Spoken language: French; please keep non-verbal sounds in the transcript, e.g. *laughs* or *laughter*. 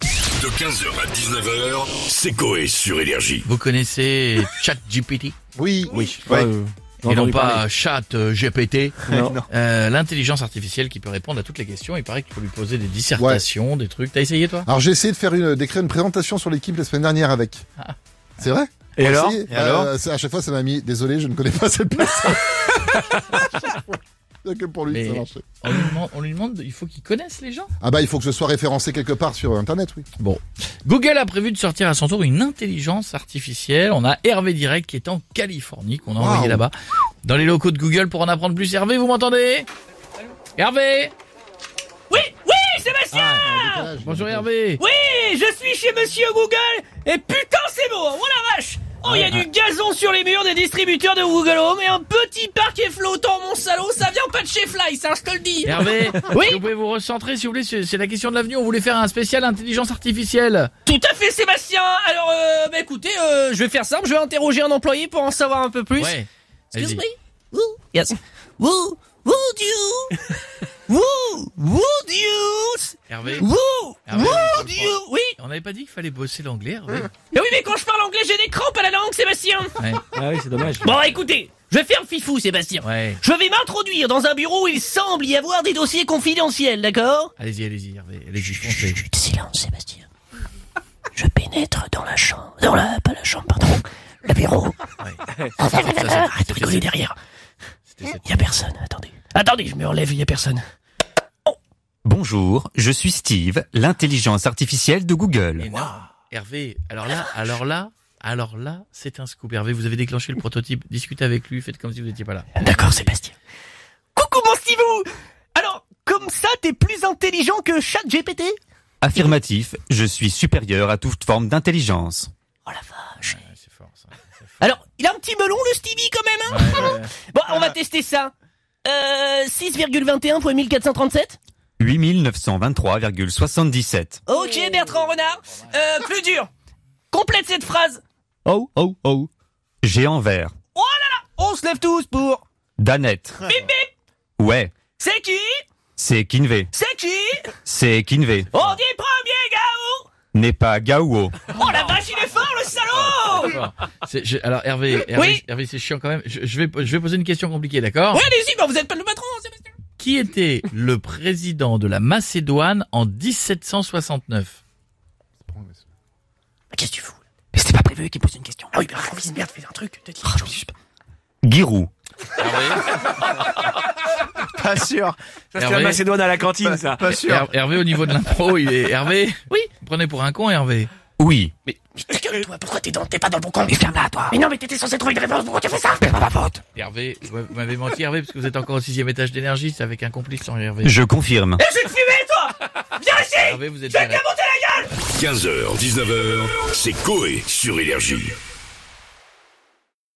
De 15h à 19h, c'est Coé sur Énergie. Vous connaissez ChatGPT Oui. Oui. Ouais. euh, et non entendu pas ChatGPT, Euh, Non. l'intelligence artificielle qui peut répondre à toutes les questions. Il paraît qu'il faut lui poser des dissertations, des trucs. T'as essayé toi Alors j'ai essayé de faire une, d'écrire une présentation sur l'équipe la semaine dernière avec. C'est vrai Ah. Et J'ai alors essayé. Et alors Euh, ça, À chaque fois, ça m'a mis. Désolé, je ne connais pas cette personne. *laughs* Rien que pour lui, Mais- ça marchait. on lui, demande, on lui demande, il faut qu'il connaisse les gens. Ah bah, il faut que je sois référencé quelque part sur Internet, oui. Bon, Google a prévu de sortir à son tour une intelligence artificielle. On a Hervé Direct qui est en Californie, qu'on a envoyé Waouh. là-bas, dans les locaux de Google pour en apprendre plus. Hervé, vous m'entendez Hervé Oui, oui, Sébastien Bonjour Hervé Oui, je suis chez Monsieur Google et putain c'est beau, hein, oh la vache Oh, il y a du gazon sur les murs des distributeurs de Google Home et un petit parquet flottant, mon salaud, ça vient pas de chez Fly, ça je te le dis Hervé, Oui si vous pouvez vous recentrer, si vous voulez, c'est c'est la question de l'avenue. On voulait faire un spécial intelligence artificielle. Tout à fait Sébastien Alors, euh, bah écoutez, euh, je vais faire simple, je vais interroger un employé pour en savoir un peu plus. Excuse Vas-y. me Woo. Yes. Woo, would you Woo, would you Hervé, Woo, Hervé, would you Oui on n'avait pas dit qu'il fallait bosser l'anglais, Hervé. Mais oui, mais quand je parle anglais, j'ai des crampes à la langue, Sébastien Ouais, Ah oui, c'est dommage. Bon, écoutez, je vais faire fifou, Sébastien. ouais. Je vais m'introduire dans un bureau où il semble y avoir des dossiers confidentiels, d'accord Allez-y, allez-y, Hervé. Allez-y, foncez. Silence, Sébastien. Je pénètre dans la chambre... Dans la... pas la chambre, pardon. Le bureau. Ah, Arrête de rigoler ah, derrière. C'était cette- Il y a personne, attendez. Attendez, je me relève, il y a personne. Bonjour, je suis Steve, l'intelligence artificielle de Google. Énorme. Hervé, alors là, alors là, alors là, c'est un scoop. Hervé, vous avez déclenché le prototype. Discutez avec lui. Faites comme si vous n'étiez pas là. D'accord, Sébastien. Coucou, mon Stivou Alors, comme ça, t'es plus intelligent que ChatGPT Affirmatif, je suis supérieur à toute forme d'intelligence. Oh la vache. Ouais, c'est fort, ça. Alors, il a un petit melon, le Stevie, quand même, hein Ouais, ouais. *laughs* Bon, on va tester ça. Euh, 6,21.1437 8923,77. Ok, Bertrand Renard. Euh, plus dur. Complète cette phrase. Oh, oh, oh. Géant vert. On se lève tous pour... Danette. Ouais, C'est qui c'est Kinvé. C'est qui C'est Kinvé. On dit premier Gao N'est pas Gaouo. Oh la vache, il est fort, le salaud Fort. C'est- je- alors Hervé, Hervé, Oui. Hervé, c'est chiant quand même. Je, je vais, je vais poser une question compliquée, d'accord Ouais, allez-y, bah, vous êtes pas le patron, Sébastien. Qui était le président de la Macédoine en 1769 Bah, Qu'est-ce que tu fous Mais c'était pas prévu qu'il pose une question. Oh, Ah oui, bah raconte merde, fais un truc. Te dis, Girou. Pas sûr. Ça, c'est la Hervé Macédoine à la cantine, ça. Pas sûr. Her- Hervé au niveau de l'impro, il est Hervé. Oui. Vous Prenez pour un con Hervé. Oui. mais ta gueule, toi, pourquoi t'es, dans, t'es pas dans le bon camp Mais ferme-la, toi. Mais non, mais t'étais censé trouver une réponse, pourquoi tu fais ça C'est pas ma faute. Hervé, vous vous m'avez menti Hervé parce que vous êtes encore au sixième étage d'énergie, c'est avec un complice sans Hervé. Je confirme. Eh, je vais te fumer, toi Viens ici Hervé, vous êtes Je vais te viré. la monter la gueule 15h, 19h, c'est Coé sur Énergie.